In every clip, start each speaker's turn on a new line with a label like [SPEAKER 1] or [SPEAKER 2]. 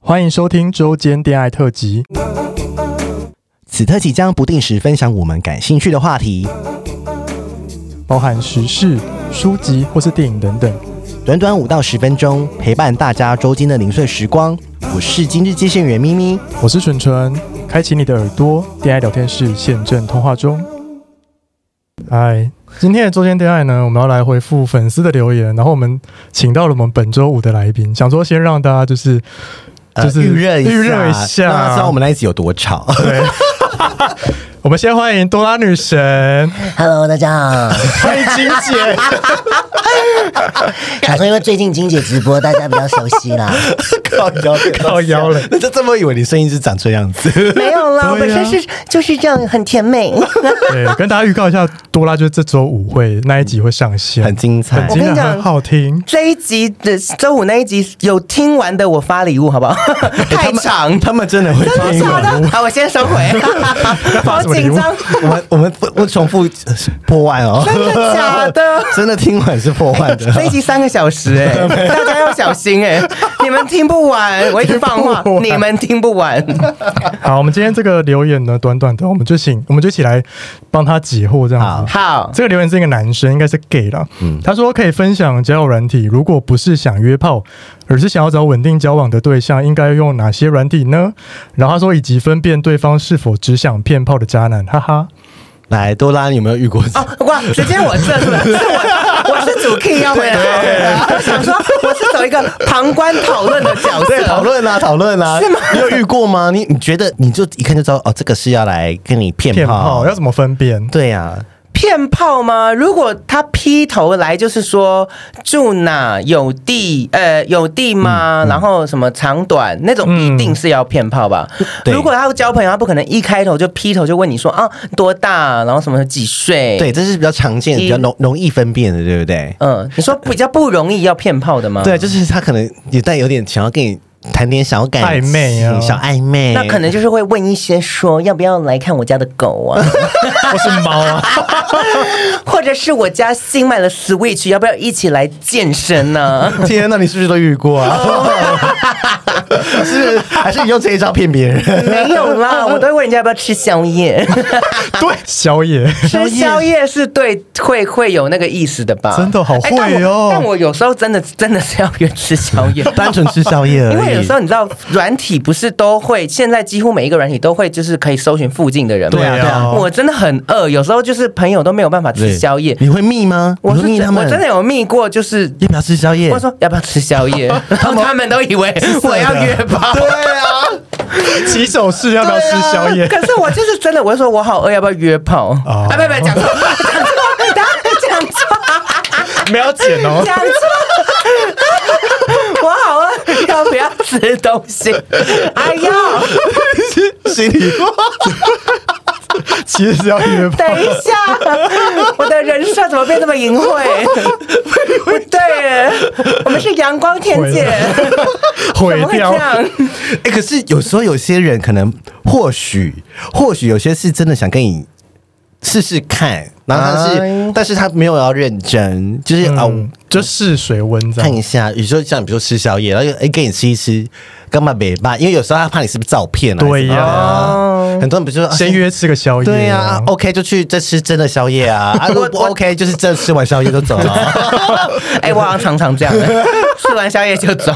[SPEAKER 1] 欢迎收听周间恋爱特辑，
[SPEAKER 2] 此特辑将不定时分享我们感兴趣的话题，
[SPEAKER 1] 包含时事、书籍或是电影等等。
[SPEAKER 2] 短短五到十分钟，陪伴大家周间的零碎时光。我是今日接线员咪咪，
[SPEAKER 1] 我是纯纯，开启你的耳朵，恋爱聊天室现正通话中。嗨，今天的周间恋爱呢，我们要来回复粉丝的留言，然后我们请到了我们本周五的来宾，想说先让大家就是
[SPEAKER 2] 呃
[SPEAKER 1] 就是
[SPEAKER 2] 预热一下，
[SPEAKER 1] 预热一下
[SPEAKER 2] 让大家知 道我们那一集有多吵。
[SPEAKER 1] 对，我们先欢迎多拉女神，
[SPEAKER 3] Hello，大家好。
[SPEAKER 1] 欢迎金姐。
[SPEAKER 3] 想说因为最近金姐直播，大家比较熟悉啦。
[SPEAKER 2] 靠腰，
[SPEAKER 1] 靠腰了
[SPEAKER 2] 那就这么以为你声音是长这样子？
[SPEAKER 3] 没有
[SPEAKER 1] 对
[SPEAKER 3] 啦，
[SPEAKER 1] 啊
[SPEAKER 3] 我本身是就是这样，很甜美。我
[SPEAKER 1] 对，跟大家预告一下，多拉就是这周五会那一集会上线，
[SPEAKER 2] 很精彩
[SPEAKER 1] 很精
[SPEAKER 3] 我跟
[SPEAKER 1] 彩，
[SPEAKER 3] 你讲
[SPEAKER 1] 啊很好听。
[SPEAKER 3] 这一集的周五那一集有听完的，我发礼物好 不好？太长，
[SPEAKER 2] 哎他们真的会
[SPEAKER 3] 真的
[SPEAKER 2] 听
[SPEAKER 3] 假
[SPEAKER 2] 我。
[SPEAKER 3] 的？好，我 先收回。好
[SPEAKER 1] 什么礼
[SPEAKER 3] 紧
[SPEAKER 1] 物
[SPEAKER 3] 张，
[SPEAKER 2] 我们我们不不重复呃破万哦，
[SPEAKER 3] 真的假的？
[SPEAKER 2] 真的听完是破万 的。
[SPEAKER 3] 这一集三个小时哎、 大家要小心哎、你们听不完，我一直放话
[SPEAKER 1] 听不，完
[SPEAKER 3] 你们听不完。
[SPEAKER 1] 好，我们今天这个留言呢，短短的，我们就请，我们就一起来帮他解惑这样子。
[SPEAKER 3] 好，
[SPEAKER 1] 这个留言是一个男生，应该是 gay 啦。他说可以分享交友软体，如果不是想约炮，而是想要找稳定交往的对象，应该用哪些软体呢？然后他说，以及分辨对方是否只想骗炮的渣男，哈哈。
[SPEAKER 2] 来，多拉，你有没有遇过？
[SPEAKER 3] 哦，哇，直接我这是 不是是我我是主 key 要回来，我想说我是走一个旁观讨论的角
[SPEAKER 2] 对，讨
[SPEAKER 3] 色。
[SPEAKER 2] 论啊，讨论啊，
[SPEAKER 3] 是吗
[SPEAKER 2] 你有遇过吗？你你觉得你就一看就知道哦，这个是要来跟你骗
[SPEAKER 1] 骗
[SPEAKER 2] 炮
[SPEAKER 1] 炮要？怎么分辨？
[SPEAKER 2] 对呀、
[SPEAKER 3] 骗炮吗？如果他劈头来就是说住哪有地，呃，有地
[SPEAKER 2] 嗯
[SPEAKER 3] 吗？然后什么长短那种，
[SPEAKER 1] 嗯
[SPEAKER 3] 一定是要骗炮吧？
[SPEAKER 2] 对
[SPEAKER 3] 如果他要交朋友，他不可能一开头就劈头就问你说啊多大，然后什么几岁？
[SPEAKER 2] 对，，这是比较常见、
[SPEAKER 3] 一
[SPEAKER 2] 比较容容易分辨的，对不对？
[SPEAKER 3] 嗯，你说比较不容易要骗炮的吗？
[SPEAKER 2] 对，就是他可能也带有点想要跟你谈点小感情
[SPEAKER 1] 暧昧啊
[SPEAKER 2] 小暧昧，
[SPEAKER 3] 那可能就是会问一些说要不要来看我家的 狗啊，
[SPEAKER 1] 或是猫啊？
[SPEAKER 3] 或者是我家新买了 Switch，要不要一起来健身啊 呢、
[SPEAKER 2] 天哪，你是不是都遇过啊？ 是还是你用这一招骗别 人？
[SPEAKER 3] 没有啦，我都会问人家要不要吃宵夜，
[SPEAKER 1] 对，宵夜。
[SPEAKER 3] 吃宵夜是对会会有那个意思的吧？
[SPEAKER 1] 真的好
[SPEAKER 3] 哎但我
[SPEAKER 1] 会哦
[SPEAKER 3] 但我有时候真的真的是要约吃宵 夜。
[SPEAKER 2] 单纯吃宵夜而已。
[SPEAKER 3] 因为有时候你知道，软体不是都会，现在几乎每一个软体都会，就是可以搜寻附近的人嘛。
[SPEAKER 1] 对啊对啊
[SPEAKER 3] 我真的很饿，有时候就是朋友都没有办法吃
[SPEAKER 2] 对
[SPEAKER 3] 宵夜，
[SPEAKER 2] 你会密吗？
[SPEAKER 3] 我
[SPEAKER 2] 你
[SPEAKER 3] 是
[SPEAKER 2] 会密他
[SPEAKER 3] 真
[SPEAKER 2] 们？
[SPEAKER 3] 我真的有密过，就是
[SPEAKER 2] 要不要吃宵夜？
[SPEAKER 3] 我说要不要吃宵夜， 然后他们都以为我要约炮。
[SPEAKER 2] 对啊，
[SPEAKER 1] 起手式要不要吃 宵夜？
[SPEAKER 3] 可是我就是真的，我就说我好饿，要不要约炮？
[SPEAKER 1] 哦
[SPEAKER 3] 啊，不不，讲错，讲错，大家讲错，
[SPEAKER 1] 没有剪哦。
[SPEAKER 3] 讲错。 我好饿，要不要吃东西？哎呦，
[SPEAKER 2] 心里话。
[SPEAKER 1] 其实是要约炮。
[SPEAKER 3] 等一下，我的人设怎么变这么淫秽？不对耶，我们是阳光天界， 怎
[SPEAKER 1] 毁
[SPEAKER 3] 么会
[SPEAKER 1] 掉
[SPEAKER 3] 这。样？
[SPEAKER 2] 哎、可是有时候有些人可能或许或许有些是真的想跟你试试看，然后他是，
[SPEAKER 3] 哎
[SPEAKER 2] 但是他没有要认真，就是啊、
[SPEAKER 1] 嗯，就试水温这
[SPEAKER 2] 看
[SPEAKER 1] 样。
[SPEAKER 2] 一下，有时候像比如说吃宵夜，然后哎、跟你吃一吃，干嘛没吧？因为有时候他怕你是不是照骗啊？
[SPEAKER 1] 对呀哦
[SPEAKER 2] 还是怎么样很多人不是说
[SPEAKER 3] 哦
[SPEAKER 2] 啊
[SPEAKER 1] 先约哦吃个宵夜、
[SPEAKER 2] 对呀、啊、，OK 就去再吃真的宵夜啊， 啊如果不 OK 就是这吃完宵夜就走了。
[SPEAKER 3] 哎、我好像常常这样，吃完宵夜就走。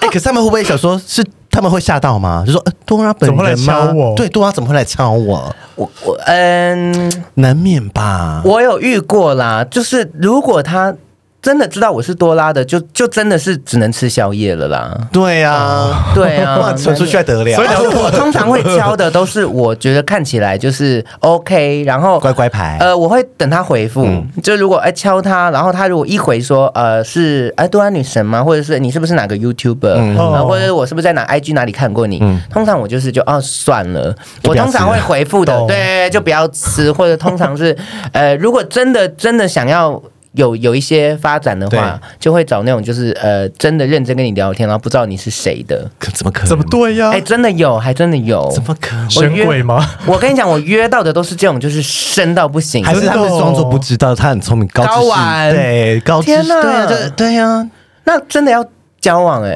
[SPEAKER 2] 哎、可是他们会不会想说是？他们会吓到吗？就说呃多拉本
[SPEAKER 1] 怎么会来
[SPEAKER 2] 人吗
[SPEAKER 1] 敲我
[SPEAKER 2] 对，多啊拉怎么会来敲我？
[SPEAKER 3] 我我嗯，
[SPEAKER 2] 难免吧。
[SPEAKER 3] 我有遇过啦，就是如果他真的知道我是多拉的，就就真的是只能吃宵夜了啦。
[SPEAKER 2] 对呀，
[SPEAKER 3] 对
[SPEAKER 2] 哇，
[SPEAKER 3] 啊，
[SPEAKER 2] 传出去还得了？
[SPEAKER 1] 所以
[SPEAKER 3] 但是我通常会教的都是我觉得看起来就是 OK，然后
[SPEAKER 2] 乖乖嗯牌，
[SPEAKER 3] 呃，我会等他回复，就如果哎、敲他，然后他如果一回说呃是哎、多安女神吗，或者是你是不是哪个 YouTuber，、
[SPEAKER 2] 嗯
[SPEAKER 3] 然后
[SPEAKER 1] 哦
[SPEAKER 3] 或者是我是不是在哪 IG 哪里看过你，通常我就是就哦算了，
[SPEAKER 2] 就
[SPEAKER 3] 我
[SPEAKER 2] 不要
[SPEAKER 3] 通常会回复的
[SPEAKER 1] 懂，
[SPEAKER 3] 对，就不要吃，或者通常 是呃如果真的真的想要。有有一些发展的话，就会找那种就是呃，真的认真跟你聊天，然后不知道你是谁的，
[SPEAKER 2] 可怎么可能？
[SPEAKER 1] 怎么对呀、
[SPEAKER 3] 哎、真的有，还真的有。
[SPEAKER 2] 怎么可能？
[SPEAKER 3] 我
[SPEAKER 1] 神鬼吗？
[SPEAKER 3] 我跟你讲，我约到的都是这种，就是深到不行，
[SPEAKER 2] 还是他
[SPEAKER 1] 真
[SPEAKER 2] 们
[SPEAKER 1] 的哦
[SPEAKER 2] 装作不知道？他很聪明，高知
[SPEAKER 3] 高
[SPEAKER 2] 识
[SPEAKER 3] 玩
[SPEAKER 2] 对高知识，啊
[SPEAKER 3] 天哪
[SPEAKER 2] 对呀，这对呀，
[SPEAKER 3] 那真的要交往哎、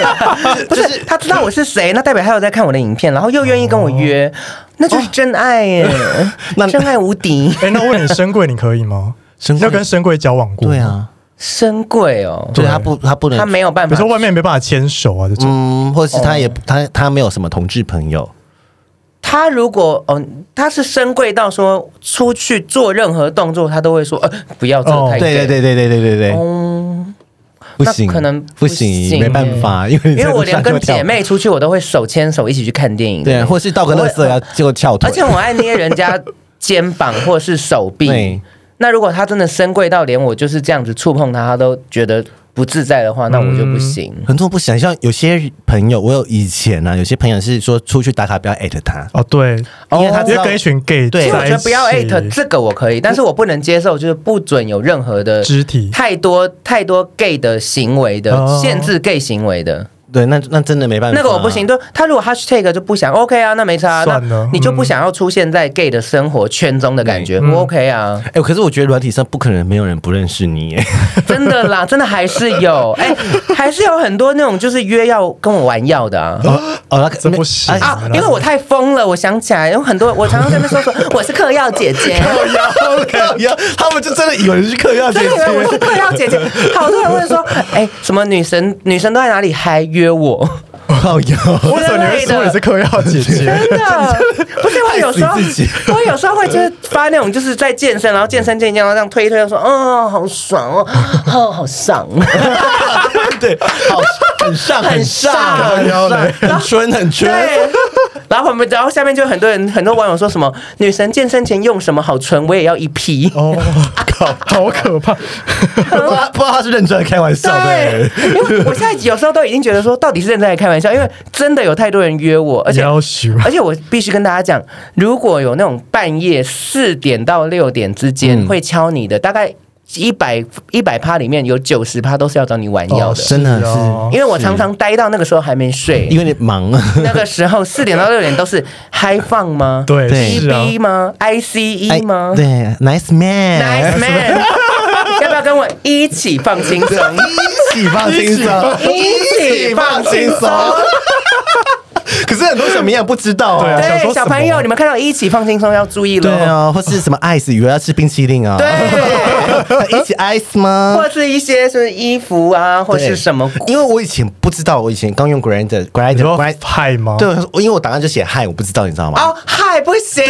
[SPEAKER 3] 不是他知道我是谁，那代表他有在看我的影片，然后又愿意跟我约，那就是真爱哎、
[SPEAKER 2] 哦 那
[SPEAKER 3] 真爱无敌，
[SPEAKER 1] 哎、那我问你，深贵你可以吗？
[SPEAKER 2] 深
[SPEAKER 1] 你
[SPEAKER 2] 贵
[SPEAKER 1] 要跟深贵交往过？
[SPEAKER 2] 对，啊，
[SPEAKER 3] 深贵哦，
[SPEAKER 2] 就是他不他不能
[SPEAKER 3] 他没有办
[SPEAKER 1] 比
[SPEAKER 3] 法
[SPEAKER 1] 如说，外面没办法牵手啊这种。
[SPEAKER 2] 嗯，或是他也、
[SPEAKER 3] 哦
[SPEAKER 2] 他他没有什么同志朋友，
[SPEAKER 3] 他如果哦，他是深贵到说出去做任何动作，他都会说呃不要这个
[SPEAKER 1] 哦
[SPEAKER 3] 太
[SPEAKER 2] 对
[SPEAKER 3] gay
[SPEAKER 2] 对对对对对对对，
[SPEAKER 3] 哦，
[SPEAKER 2] 不行，
[SPEAKER 3] 那可能
[SPEAKER 2] 不行，
[SPEAKER 3] 不行
[SPEAKER 2] 没办法，因为因
[SPEAKER 3] 因为我连跟姐妹出去，我都会手牵手一起去看电影。
[SPEAKER 2] 对，或是倒个垃圾要就翘腿，
[SPEAKER 3] 而且我爱捏人家肩膀或是手
[SPEAKER 2] 对
[SPEAKER 3] 臂。那如果他真的深贵到连我就是这样子触碰他，他都觉得不自在的话，那我就
[SPEAKER 1] 嗯
[SPEAKER 3] 不行。
[SPEAKER 2] 很多人不想，像有些朋友，我有以前呢、啊，有些朋友是说出去打卡不要艾特他，
[SPEAKER 1] 哦，对，
[SPEAKER 2] 因为他
[SPEAKER 1] 因
[SPEAKER 2] 知
[SPEAKER 1] 为
[SPEAKER 2] 道
[SPEAKER 1] 跟一群 gay
[SPEAKER 2] 对
[SPEAKER 3] 其
[SPEAKER 1] 在一
[SPEAKER 3] 实
[SPEAKER 1] 起，
[SPEAKER 3] 我觉得不要艾特这个我可以，但是我不能接受就是不准有任何的
[SPEAKER 1] 肢体
[SPEAKER 3] 太多太多 gay 的行为的、
[SPEAKER 1] 哦
[SPEAKER 3] 限制 gay 行为的。
[SPEAKER 2] 对，那那真的没办法，啊
[SPEAKER 3] 那个我不行，，就他如果 hashtag 就不想 OK 啊，那没差、啊，
[SPEAKER 1] 算了
[SPEAKER 3] 那你就不想要出现在 gay 的生活圈中的感觉，
[SPEAKER 1] 嗯
[SPEAKER 3] 不 OK 啊，
[SPEAKER 2] 哎、可是我觉得软体上不可能没有人不认识 你耶，
[SPEAKER 3] 真的啦，真的还是有，哎、还是有很多那种就是约要跟我玩药的啊。
[SPEAKER 2] 哦，那
[SPEAKER 1] 这不行
[SPEAKER 2] 哎
[SPEAKER 3] 啊，因为我太疯了，我想起来有很多， 我常常在那边说说我是嗑药姐姐，
[SPEAKER 2] 嗑药，啊他们就真的以为你是嗑药姐
[SPEAKER 3] 真的以为我
[SPEAKER 2] 姐。
[SPEAKER 3] 是嗑药姐姐，好多人会说，哎、什么女神女神都在哪里嗨约我，
[SPEAKER 2] 靠药，
[SPEAKER 1] 为什么哦你会说你是嗑药姐姐？
[SPEAKER 3] 真的，不是我有时候
[SPEAKER 2] 害死你自己，
[SPEAKER 3] 我有时候会就是发那种就是在健身，然后健身健一健，然后这样推一推，就说哦好爽哦，哦好爽，
[SPEAKER 2] 对，好，很上，
[SPEAKER 3] 很
[SPEAKER 2] 上，
[SPEAKER 3] 上
[SPEAKER 2] 很上很春，很
[SPEAKER 3] 对
[SPEAKER 2] 春。。
[SPEAKER 3] 然后我们，然后下面就很多人，很多网友说什么女神健身前用什么好唇，我也要一批。
[SPEAKER 1] 哦，靠，好可怕！
[SPEAKER 2] 不知道不知道他是认真还是开玩笑的欸
[SPEAKER 3] 对。，因为我现在有时候都已经觉得说，到底是认真还是开玩笑？因为真的有太多人约我，而且
[SPEAKER 1] 要求
[SPEAKER 3] 而且我必须跟大家讲，如果有那种半夜四点到六点之间
[SPEAKER 1] 嗯
[SPEAKER 3] 会敲你的，大概一百一百趴里面有九十趴都是要找你玩药
[SPEAKER 1] 哦
[SPEAKER 3] 的，
[SPEAKER 2] 真的是
[SPEAKER 1] 哦
[SPEAKER 3] 因为我常常待到那个时候还没睡，
[SPEAKER 2] 因为你 忙，
[SPEAKER 3] 那个时候四点到六点都是嗨放吗？
[SPEAKER 1] 对
[SPEAKER 2] 对
[SPEAKER 1] 是啊，
[SPEAKER 3] ，B 吗？ICE 吗
[SPEAKER 2] 哎对，nice
[SPEAKER 3] ？Nice
[SPEAKER 2] man，
[SPEAKER 3] man，要不要跟我一起放轻松？
[SPEAKER 2] 一起放轻松，
[SPEAKER 3] 一起放轻松。
[SPEAKER 2] 可是很多小绵羊不知道
[SPEAKER 1] 对啊
[SPEAKER 2] 啊，
[SPEAKER 1] 想说
[SPEAKER 3] 对，小
[SPEAKER 1] 什么
[SPEAKER 3] 朋友，你们看到一起放轻松要注意
[SPEAKER 2] 对
[SPEAKER 3] 了。
[SPEAKER 2] 啊，或是什么 ice 以为要吃冰淇淋啊，
[SPEAKER 3] 对，
[SPEAKER 2] 一起 ice 吗？
[SPEAKER 3] 或是一些是衣服啊，或
[SPEAKER 2] 对
[SPEAKER 3] 是什么
[SPEAKER 2] 因为我以前不知道，我以前刚用 Grinder
[SPEAKER 1] 你说
[SPEAKER 2] Grinder
[SPEAKER 1] 嗨吗？
[SPEAKER 2] 对，因为我档案就写嗨，我不知道，你知道吗？
[SPEAKER 3] 哦，嗨不行，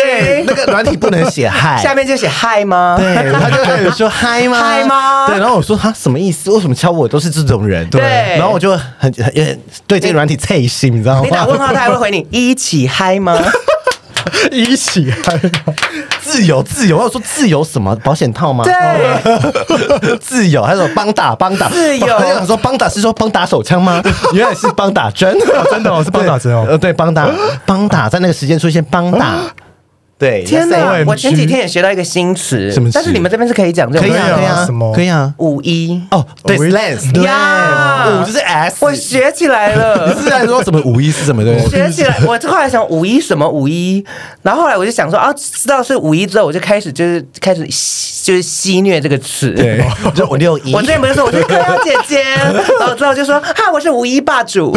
[SPEAKER 2] 那个软体不能写嗨，
[SPEAKER 3] 下面就写嗨吗？
[SPEAKER 2] 对，他就开始说嗨吗？
[SPEAKER 3] 嗨吗
[SPEAKER 2] 对，然后我说他什么意思？为什么敲我都是这种人？
[SPEAKER 3] 对
[SPEAKER 2] 然后我就很很有点对这个软体 脆心，你知道
[SPEAKER 3] 你打问
[SPEAKER 2] 吗？
[SPEAKER 3] 号，他还会回你 一起嗨吗？
[SPEAKER 1] 一起嗨吗？
[SPEAKER 2] 自由自由，我说自由什么保险套吗？
[SPEAKER 3] 对，
[SPEAKER 2] 自由，还有帮打帮打
[SPEAKER 3] 自由
[SPEAKER 2] 我想说帮打是说帮打手 枪吗？原来是帮打针，
[SPEAKER 1] 真 的哦是帮打针哦啊
[SPEAKER 2] 对呃，对，帮打帮打在那个时间出现帮打，对，
[SPEAKER 3] 天哪
[SPEAKER 1] OMG！
[SPEAKER 3] 我前几天也学到一个新词
[SPEAKER 2] 什么，词
[SPEAKER 3] 但是你们这边是可以讲这
[SPEAKER 2] 可
[SPEAKER 3] 种
[SPEAKER 2] 以
[SPEAKER 3] 东
[SPEAKER 2] 啊，可
[SPEAKER 3] 西吗
[SPEAKER 2] 以啊，
[SPEAKER 1] 什么
[SPEAKER 2] 可以啊。
[SPEAKER 3] 五一，
[SPEAKER 2] 哦，对
[SPEAKER 1] 五一
[SPEAKER 2] ，lens，对，
[SPEAKER 3] 呀
[SPEAKER 2] 五就是 s，
[SPEAKER 3] 我学起来
[SPEAKER 2] 你
[SPEAKER 3] 了。
[SPEAKER 2] 是在说什么五一是什么对不对？
[SPEAKER 3] 学起来，我后来想五一什么五一，然后后来我就想说啊，知道是五一之后，我就开始就是开始戏就是戏虐这个词。
[SPEAKER 2] 对，就我六一，
[SPEAKER 3] 我之前不是说我是歌谣姐姐，然后之后就说哈我是五一霸 主，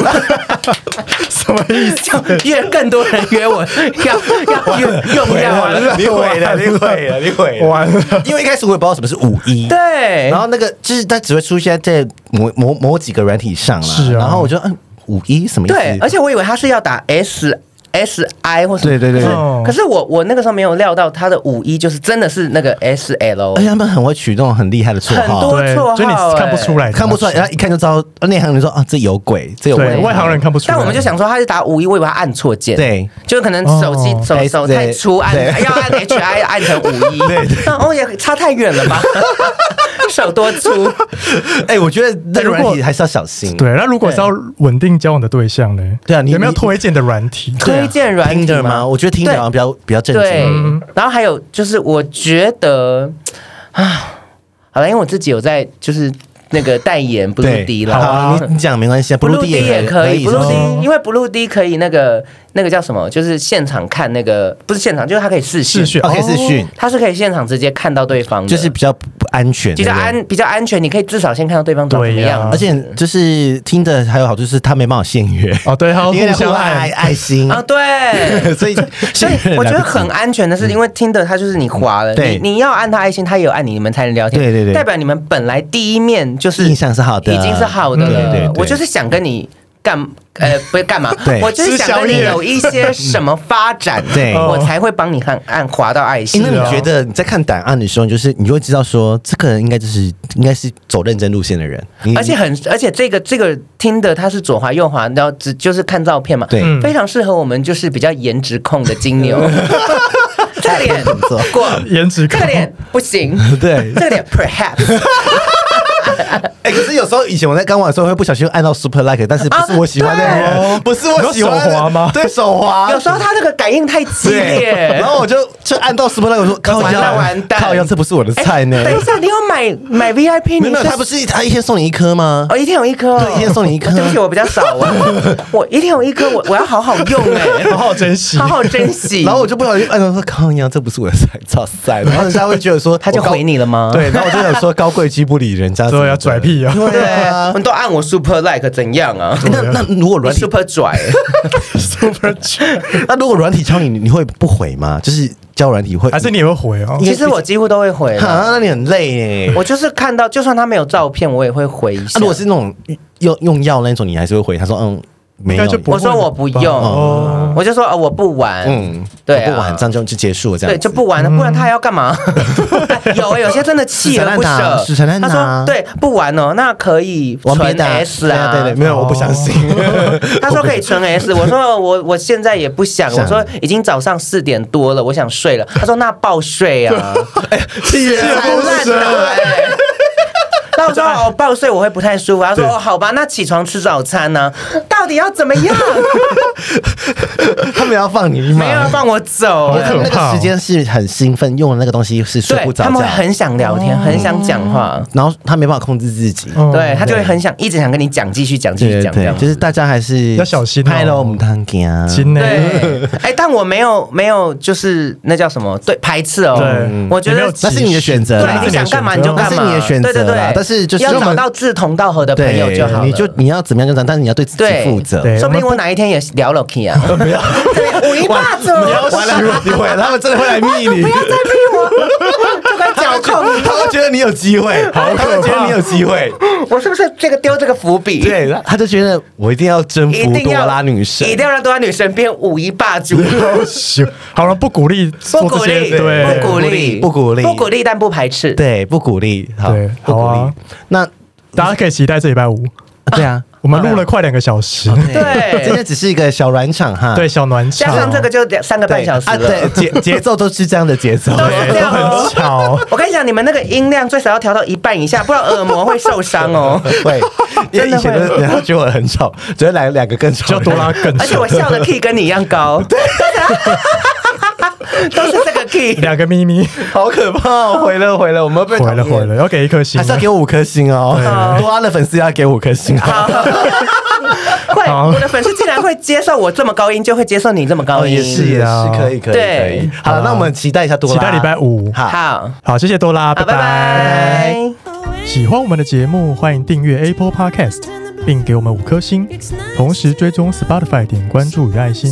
[SPEAKER 1] 什么意思？
[SPEAKER 3] 就越更多人约我 要要用用药啊，
[SPEAKER 2] 你毁了，你毁了，你毁了。
[SPEAKER 1] 完了，
[SPEAKER 2] 因为一开始我也不知道什么是五一，
[SPEAKER 3] 对
[SPEAKER 2] 然，后那个就是它只会出现在某某某几个软体上啦。
[SPEAKER 1] 是啊
[SPEAKER 2] 然后我就嗯，五一什么意思？
[SPEAKER 3] 对，而且我以为他是要打 S。S I 或什么
[SPEAKER 2] 对对对
[SPEAKER 3] 可是
[SPEAKER 1] 哦
[SPEAKER 3] 可是我我那个时候没有料到他的五一就是真的是那个 S L，
[SPEAKER 2] 哎而且他们很会取那种很厉害的绰
[SPEAKER 3] 很
[SPEAKER 2] 号
[SPEAKER 3] 多，
[SPEAKER 1] 对，
[SPEAKER 3] 绰号
[SPEAKER 1] 所以你
[SPEAKER 3] 欸
[SPEAKER 1] 看不出来，
[SPEAKER 2] 看不出来，人家一看就知道内行人说啊，这有鬼，这有
[SPEAKER 1] 对
[SPEAKER 2] 问题
[SPEAKER 1] 外行人看不出来。
[SPEAKER 3] 但我们就想说他是打五一，我以为他按错键，
[SPEAKER 2] 对，
[SPEAKER 3] 就是可能
[SPEAKER 1] 哦
[SPEAKER 3] 手机手
[SPEAKER 2] S-
[SPEAKER 3] 手太粗按
[SPEAKER 2] 对
[SPEAKER 3] 要按 H I 按成五一， 那哦也差太远了吧， 手多粗，
[SPEAKER 2] 哎，我觉得那
[SPEAKER 1] 哎如果
[SPEAKER 2] 软体还是要小心。
[SPEAKER 1] 对，那如果是要稳定交往的对象呢？
[SPEAKER 2] 对啊你
[SPEAKER 1] 有没有
[SPEAKER 2] 你
[SPEAKER 1] 推荐的软体？
[SPEAKER 2] 对啊，
[SPEAKER 3] 推荐软体
[SPEAKER 2] Tinder 吗？
[SPEAKER 3] 吗
[SPEAKER 2] 我觉得 Tinder
[SPEAKER 3] 对
[SPEAKER 2] 好像比较比较正
[SPEAKER 3] 对
[SPEAKER 2] 经。，
[SPEAKER 3] 然后还有就是，我觉得啊，好了，因为我自己有在就是那个代言 Blue D
[SPEAKER 2] 好
[SPEAKER 3] 啦
[SPEAKER 2] 啊，你你讲没关系啊，
[SPEAKER 3] ，Blue
[SPEAKER 2] D
[SPEAKER 3] D 也
[SPEAKER 2] 可哦
[SPEAKER 3] 可以
[SPEAKER 2] 是
[SPEAKER 3] ，Blue
[SPEAKER 2] 不是
[SPEAKER 3] D 因为 Blue D 可以那个那个叫什么，就是现场看那个，不是现场，就是他可以视讯，
[SPEAKER 1] 视讯
[SPEAKER 2] 哦，可以视讯，
[SPEAKER 3] 他是可以现场直接看到对方的，
[SPEAKER 2] 就是比较不安全，
[SPEAKER 3] 比较
[SPEAKER 2] 对不对。
[SPEAKER 3] 安比较安全，你可以至少先看到对方长什么
[SPEAKER 1] 对呀
[SPEAKER 3] 样
[SPEAKER 2] 而
[SPEAKER 3] 子。
[SPEAKER 2] 且就是听的还有好处是，他没办法限约，
[SPEAKER 1] 哦，对，他要
[SPEAKER 2] 因为
[SPEAKER 1] 互
[SPEAKER 2] 他
[SPEAKER 1] 相
[SPEAKER 2] 会爱
[SPEAKER 1] 爱，
[SPEAKER 2] 爱心，
[SPEAKER 3] 啊，对，
[SPEAKER 2] 所 以
[SPEAKER 3] 所
[SPEAKER 2] 所
[SPEAKER 3] 以我觉得很安全的是，因为听的它就是你滑了，
[SPEAKER 2] 嗯对
[SPEAKER 3] 你你要按他爱心，他也有按你，你们才能聊天。
[SPEAKER 2] 对对对
[SPEAKER 3] 代表你们本来第一面就是
[SPEAKER 2] 印象是好的，嗯
[SPEAKER 3] 已经是好的
[SPEAKER 2] 对对
[SPEAKER 3] 了
[SPEAKER 2] 对。
[SPEAKER 3] 我就是想跟你干，呃，不是干嘛
[SPEAKER 2] 对，，
[SPEAKER 3] 我就是想跟
[SPEAKER 1] 吃宵
[SPEAKER 3] 你
[SPEAKER 1] 夜
[SPEAKER 3] 有一些什么发展
[SPEAKER 2] 对哦
[SPEAKER 3] 我才会帮你按按滑到爱
[SPEAKER 2] 诶
[SPEAKER 3] 心哦嗯
[SPEAKER 2] 那。
[SPEAKER 1] 啊
[SPEAKER 2] 你觉得你在看档案的时候，你就是你就会知道说，这个人应该就是应该是走认真路线的人，你
[SPEAKER 3] 而且很，而且这个这个听的它是左滑右滑，然后只就是看照片嘛，
[SPEAKER 2] 对
[SPEAKER 1] 嗯
[SPEAKER 3] 非常适合我们就是比较颜值控的金 牛，这个脸
[SPEAKER 2] 错
[SPEAKER 3] 过，
[SPEAKER 1] 颜值
[SPEAKER 3] 这
[SPEAKER 1] 高
[SPEAKER 3] 个，脸不行，
[SPEAKER 2] 对
[SPEAKER 3] 这个脸 perhaps
[SPEAKER 2] 哎、可是有时候以前我在刚玩的时候会不小心按到 super like，但是不是我喜欢的人，
[SPEAKER 1] 啊对
[SPEAKER 2] 不是我喜欢的
[SPEAKER 1] 你说手滑吗
[SPEAKER 2] 对手滑，
[SPEAKER 3] 有时候他这个感应太激
[SPEAKER 2] 啊对，
[SPEAKER 3] 烈
[SPEAKER 2] 然。后我就就按到 super like，我说靠
[SPEAKER 3] 完
[SPEAKER 2] 腰
[SPEAKER 3] 了完蛋
[SPEAKER 2] 靠腰这不是我
[SPEAKER 3] 哎
[SPEAKER 2] 的 菜呢。
[SPEAKER 3] 等一啊下，你要买买 VIP，
[SPEAKER 2] 没
[SPEAKER 3] 你
[SPEAKER 2] 有没有，他不是他一天送你一颗吗？
[SPEAKER 3] 哦，一天有一颗哦，
[SPEAKER 2] 对一天送你一颗
[SPEAKER 3] 对不起，我比较少， 我我一天有一颗，我我要好好用哎，
[SPEAKER 1] 好好珍惜
[SPEAKER 3] 好。好珍惜。
[SPEAKER 2] 然后我就不小心按到说靠腰这不是我的菜，操 塞！然后人家会觉得说
[SPEAKER 3] 他就
[SPEAKER 2] 我高
[SPEAKER 3] 回你了吗
[SPEAKER 2] 对，然后我就想说高贵机不理人家，
[SPEAKER 1] 啊对啊，拽。屁啊！
[SPEAKER 2] 对
[SPEAKER 3] 对
[SPEAKER 2] 啊，，
[SPEAKER 3] 你都按我 super like 怎样啊？
[SPEAKER 2] 欸那那如果
[SPEAKER 3] 我
[SPEAKER 2] 软体，
[SPEAKER 3] super 拽，
[SPEAKER 1] super chat
[SPEAKER 2] 那如果软体敲你，你你会不回吗？就是教软体会
[SPEAKER 1] 还是你会回哦？
[SPEAKER 3] 其实我几乎都会回啦。
[SPEAKER 2] 啊？那你很累耶。
[SPEAKER 3] 我就是看到，就算他没有照片，我也会回一
[SPEAKER 2] 啊，
[SPEAKER 3] 下。
[SPEAKER 2] 如果是那种用用药那种，你还是会回他说嗯没有
[SPEAKER 1] 应该，就不
[SPEAKER 3] 我说我不用，
[SPEAKER 1] 哦
[SPEAKER 3] 我就说哦我不玩，
[SPEAKER 2] 嗯
[SPEAKER 3] 对啊
[SPEAKER 2] 不晚上就就结束了这样
[SPEAKER 3] 对，
[SPEAKER 2] 子。嗯
[SPEAKER 3] 就不玩了，不然他还要干嘛？ 有欸有些真的锲而
[SPEAKER 2] 死缠烂
[SPEAKER 3] 不
[SPEAKER 2] 打
[SPEAKER 3] 舍，
[SPEAKER 2] 死缠烂打
[SPEAKER 3] 他说对，不玩哦，那可以
[SPEAKER 2] 玩别
[SPEAKER 3] 存
[SPEAKER 2] 的
[SPEAKER 3] S 啊，
[SPEAKER 2] 对对对，没有，我不相信。哦
[SPEAKER 3] 他说可以存 S，我说我我现在也不想，
[SPEAKER 2] 想
[SPEAKER 3] 我说已经早上四点多了，我想睡了。他说那报 睡啊，
[SPEAKER 2] 锲
[SPEAKER 1] 而不舍
[SPEAKER 3] 太烂
[SPEAKER 2] 啊
[SPEAKER 3] 了欸那我说哦报睡我会不太舒服，他说
[SPEAKER 2] 对
[SPEAKER 3] 哦好吧，那起床吃早餐呢、到底要怎么 样？
[SPEAKER 2] 他们要放你吗？
[SPEAKER 3] 没有人放我走、
[SPEAKER 1] 好可
[SPEAKER 2] 那
[SPEAKER 1] 怕
[SPEAKER 3] 欸，
[SPEAKER 2] 个时间是很兴奋，用的那个东西是睡不
[SPEAKER 3] 对
[SPEAKER 2] 着
[SPEAKER 3] 他们会
[SPEAKER 2] 觉，哦
[SPEAKER 3] 很想聊天，很想讲话，
[SPEAKER 2] 然后他没办法控制自己。
[SPEAKER 1] 嗯
[SPEAKER 3] 对他就会很想一直想跟你讲，继续讲，继续
[SPEAKER 2] 对
[SPEAKER 3] 讲这
[SPEAKER 2] 哦对
[SPEAKER 3] 样，
[SPEAKER 2] 就。是大家还是
[SPEAKER 1] 要小心哦
[SPEAKER 2] 拍了我们当家，
[SPEAKER 1] 亲呢？
[SPEAKER 3] 对，哎、但我没有没有，就是那叫什么？对，排斥哦。
[SPEAKER 1] 对
[SPEAKER 3] 我觉
[SPEAKER 1] 你没
[SPEAKER 3] 得
[SPEAKER 1] 有
[SPEAKER 2] 那是你的选择啦
[SPEAKER 3] 对，你想干嘛你就干嘛，
[SPEAKER 2] 那是你的选择啦
[SPEAKER 3] 对对对，
[SPEAKER 2] 但是就是
[SPEAKER 3] 要
[SPEAKER 2] 我们
[SPEAKER 3] 找到志同道合的朋
[SPEAKER 2] 对，
[SPEAKER 3] 友就好了。
[SPEAKER 2] 你就你要怎么样就怎样，但是你要对自己
[SPEAKER 3] 对
[SPEAKER 2] 负责。
[SPEAKER 1] 对
[SPEAKER 3] 说不定我哪一天也聊了 K 啊，不要，我一大嘴，
[SPEAKER 2] 完了，你回来，他们真的会来密你，
[SPEAKER 3] 就跟
[SPEAKER 2] 他
[SPEAKER 3] 脚控，
[SPEAKER 2] 们觉得你有机会，他们觉得你有机会，
[SPEAKER 3] 我是不是这个丢这个伏笔？，
[SPEAKER 2] 对，他就觉得我一定要征
[SPEAKER 3] 一
[SPEAKER 2] 服
[SPEAKER 3] 定
[SPEAKER 2] 多
[SPEAKER 3] 要
[SPEAKER 2] 拉女神
[SPEAKER 3] 一，定要让多拉女神变五一 霸主。
[SPEAKER 1] 好羞好了，不鼓励做
[SPEAKER 3] 不
[SPEAKER 1] 这
[SPEAKER 3] 鼓
[SPEAKER 1] 些，
[SPEAKER 3] 励，
[SPEAKER 1] 对，
[SPEAKER 3] 不鼓励，
[SPEAKER 2] 不鼓励
[SPEAKER 3] 不鼓励，但不排斥。
[SPEAKER 2] 对，不鼓励，好
[SPEAKER 1] 对，
[SPEAKER 2] 不
[SPEAKER 1] 好
[SPEAKER 2] 鼓
[SPEAKER 1] 啊
[SPEAKER 2] 励。那
[SPEAKER 1] 大家可以期待这礼拜五，
[SPEAKER 2] 对啊，
[SPEAKER 1] 我们录了快两个小时，
[SPEAKER 3] 对
[SPEAKER 2] 今天只是一个小软场哈，
[SPEAKER 1] 对，小暖场，
[SPEAKER 3] 加上这个就两三个
[SPEAKER 2] 对，
[SPEAKER 3] 半小时
[SPEAKER 2] 啊，
[SPEAKER 3] 了
[SPEAKER 2] 对，。节节奏都是这样的节奏，
[SPEAKER 3] 都是这样哦
[SPEAKER 1] 很巧，
[SPEAKER 3] 我跟你讲，你们那个音量最少要调到一半以下，不然耳膜会受伤哦。
[SPEAKER 2] 会，因为以前都人家觉得我很吵，觉得来两个 更吵，
[SPEAKER 1] 就多拉更
[SPEAKER 3] 而且
[SPEAKER 1] 少
[SPEAKER 3] 我，笑的 key 跟你一样高，都是 这个 key。
[SPEAKER 1] 两个咪咪，
[SPEAKER 2] 好可怕哦！回了回了，我们被
[SPEAKER 1] 毁了毁
[SPEAKER 2] 回，
[SPEAKER 1] 了，要给一颗星
[SPEAKER 2] 还是，要给我五颗星哦， 多拉的粉丝要给我五颗星
[SPEAKER 3] 好
[SPEAKER 2] 哦。，
[SPEAKER 3] 会
[SPEAKER 1] 好
[SPEAKER 3] 我的粉丝竟然会接受我这么高音，就会接受你这么高音。
[SPEAKER 2] 哦也是也是
[SPEAKER 1] 啊
[SPEAKER 2] 可以可以可以
[SPEAKER 3] 对，
[SPEAKER 2] 好了，那我们期待一下多
[SPEAKER 1] 期
[SPEAKER 2] 拉，
[SPEAKER 1] 待礼拜五，
[SPEAKER 2] 好。
[SPEAKER 3] 好，
[SPEAKER 1] 好，谢谢多拉，
[SPEAKER 3] 好，
[SPEAKER 1] 拜
[SPEAKER 3] 拜拜。
[SPEAKER 1] 喜欢我们的节目，欢迎订阅 Apple Podcast，并给我们五颗星，同时追踪 Spotify 点关注与爱心。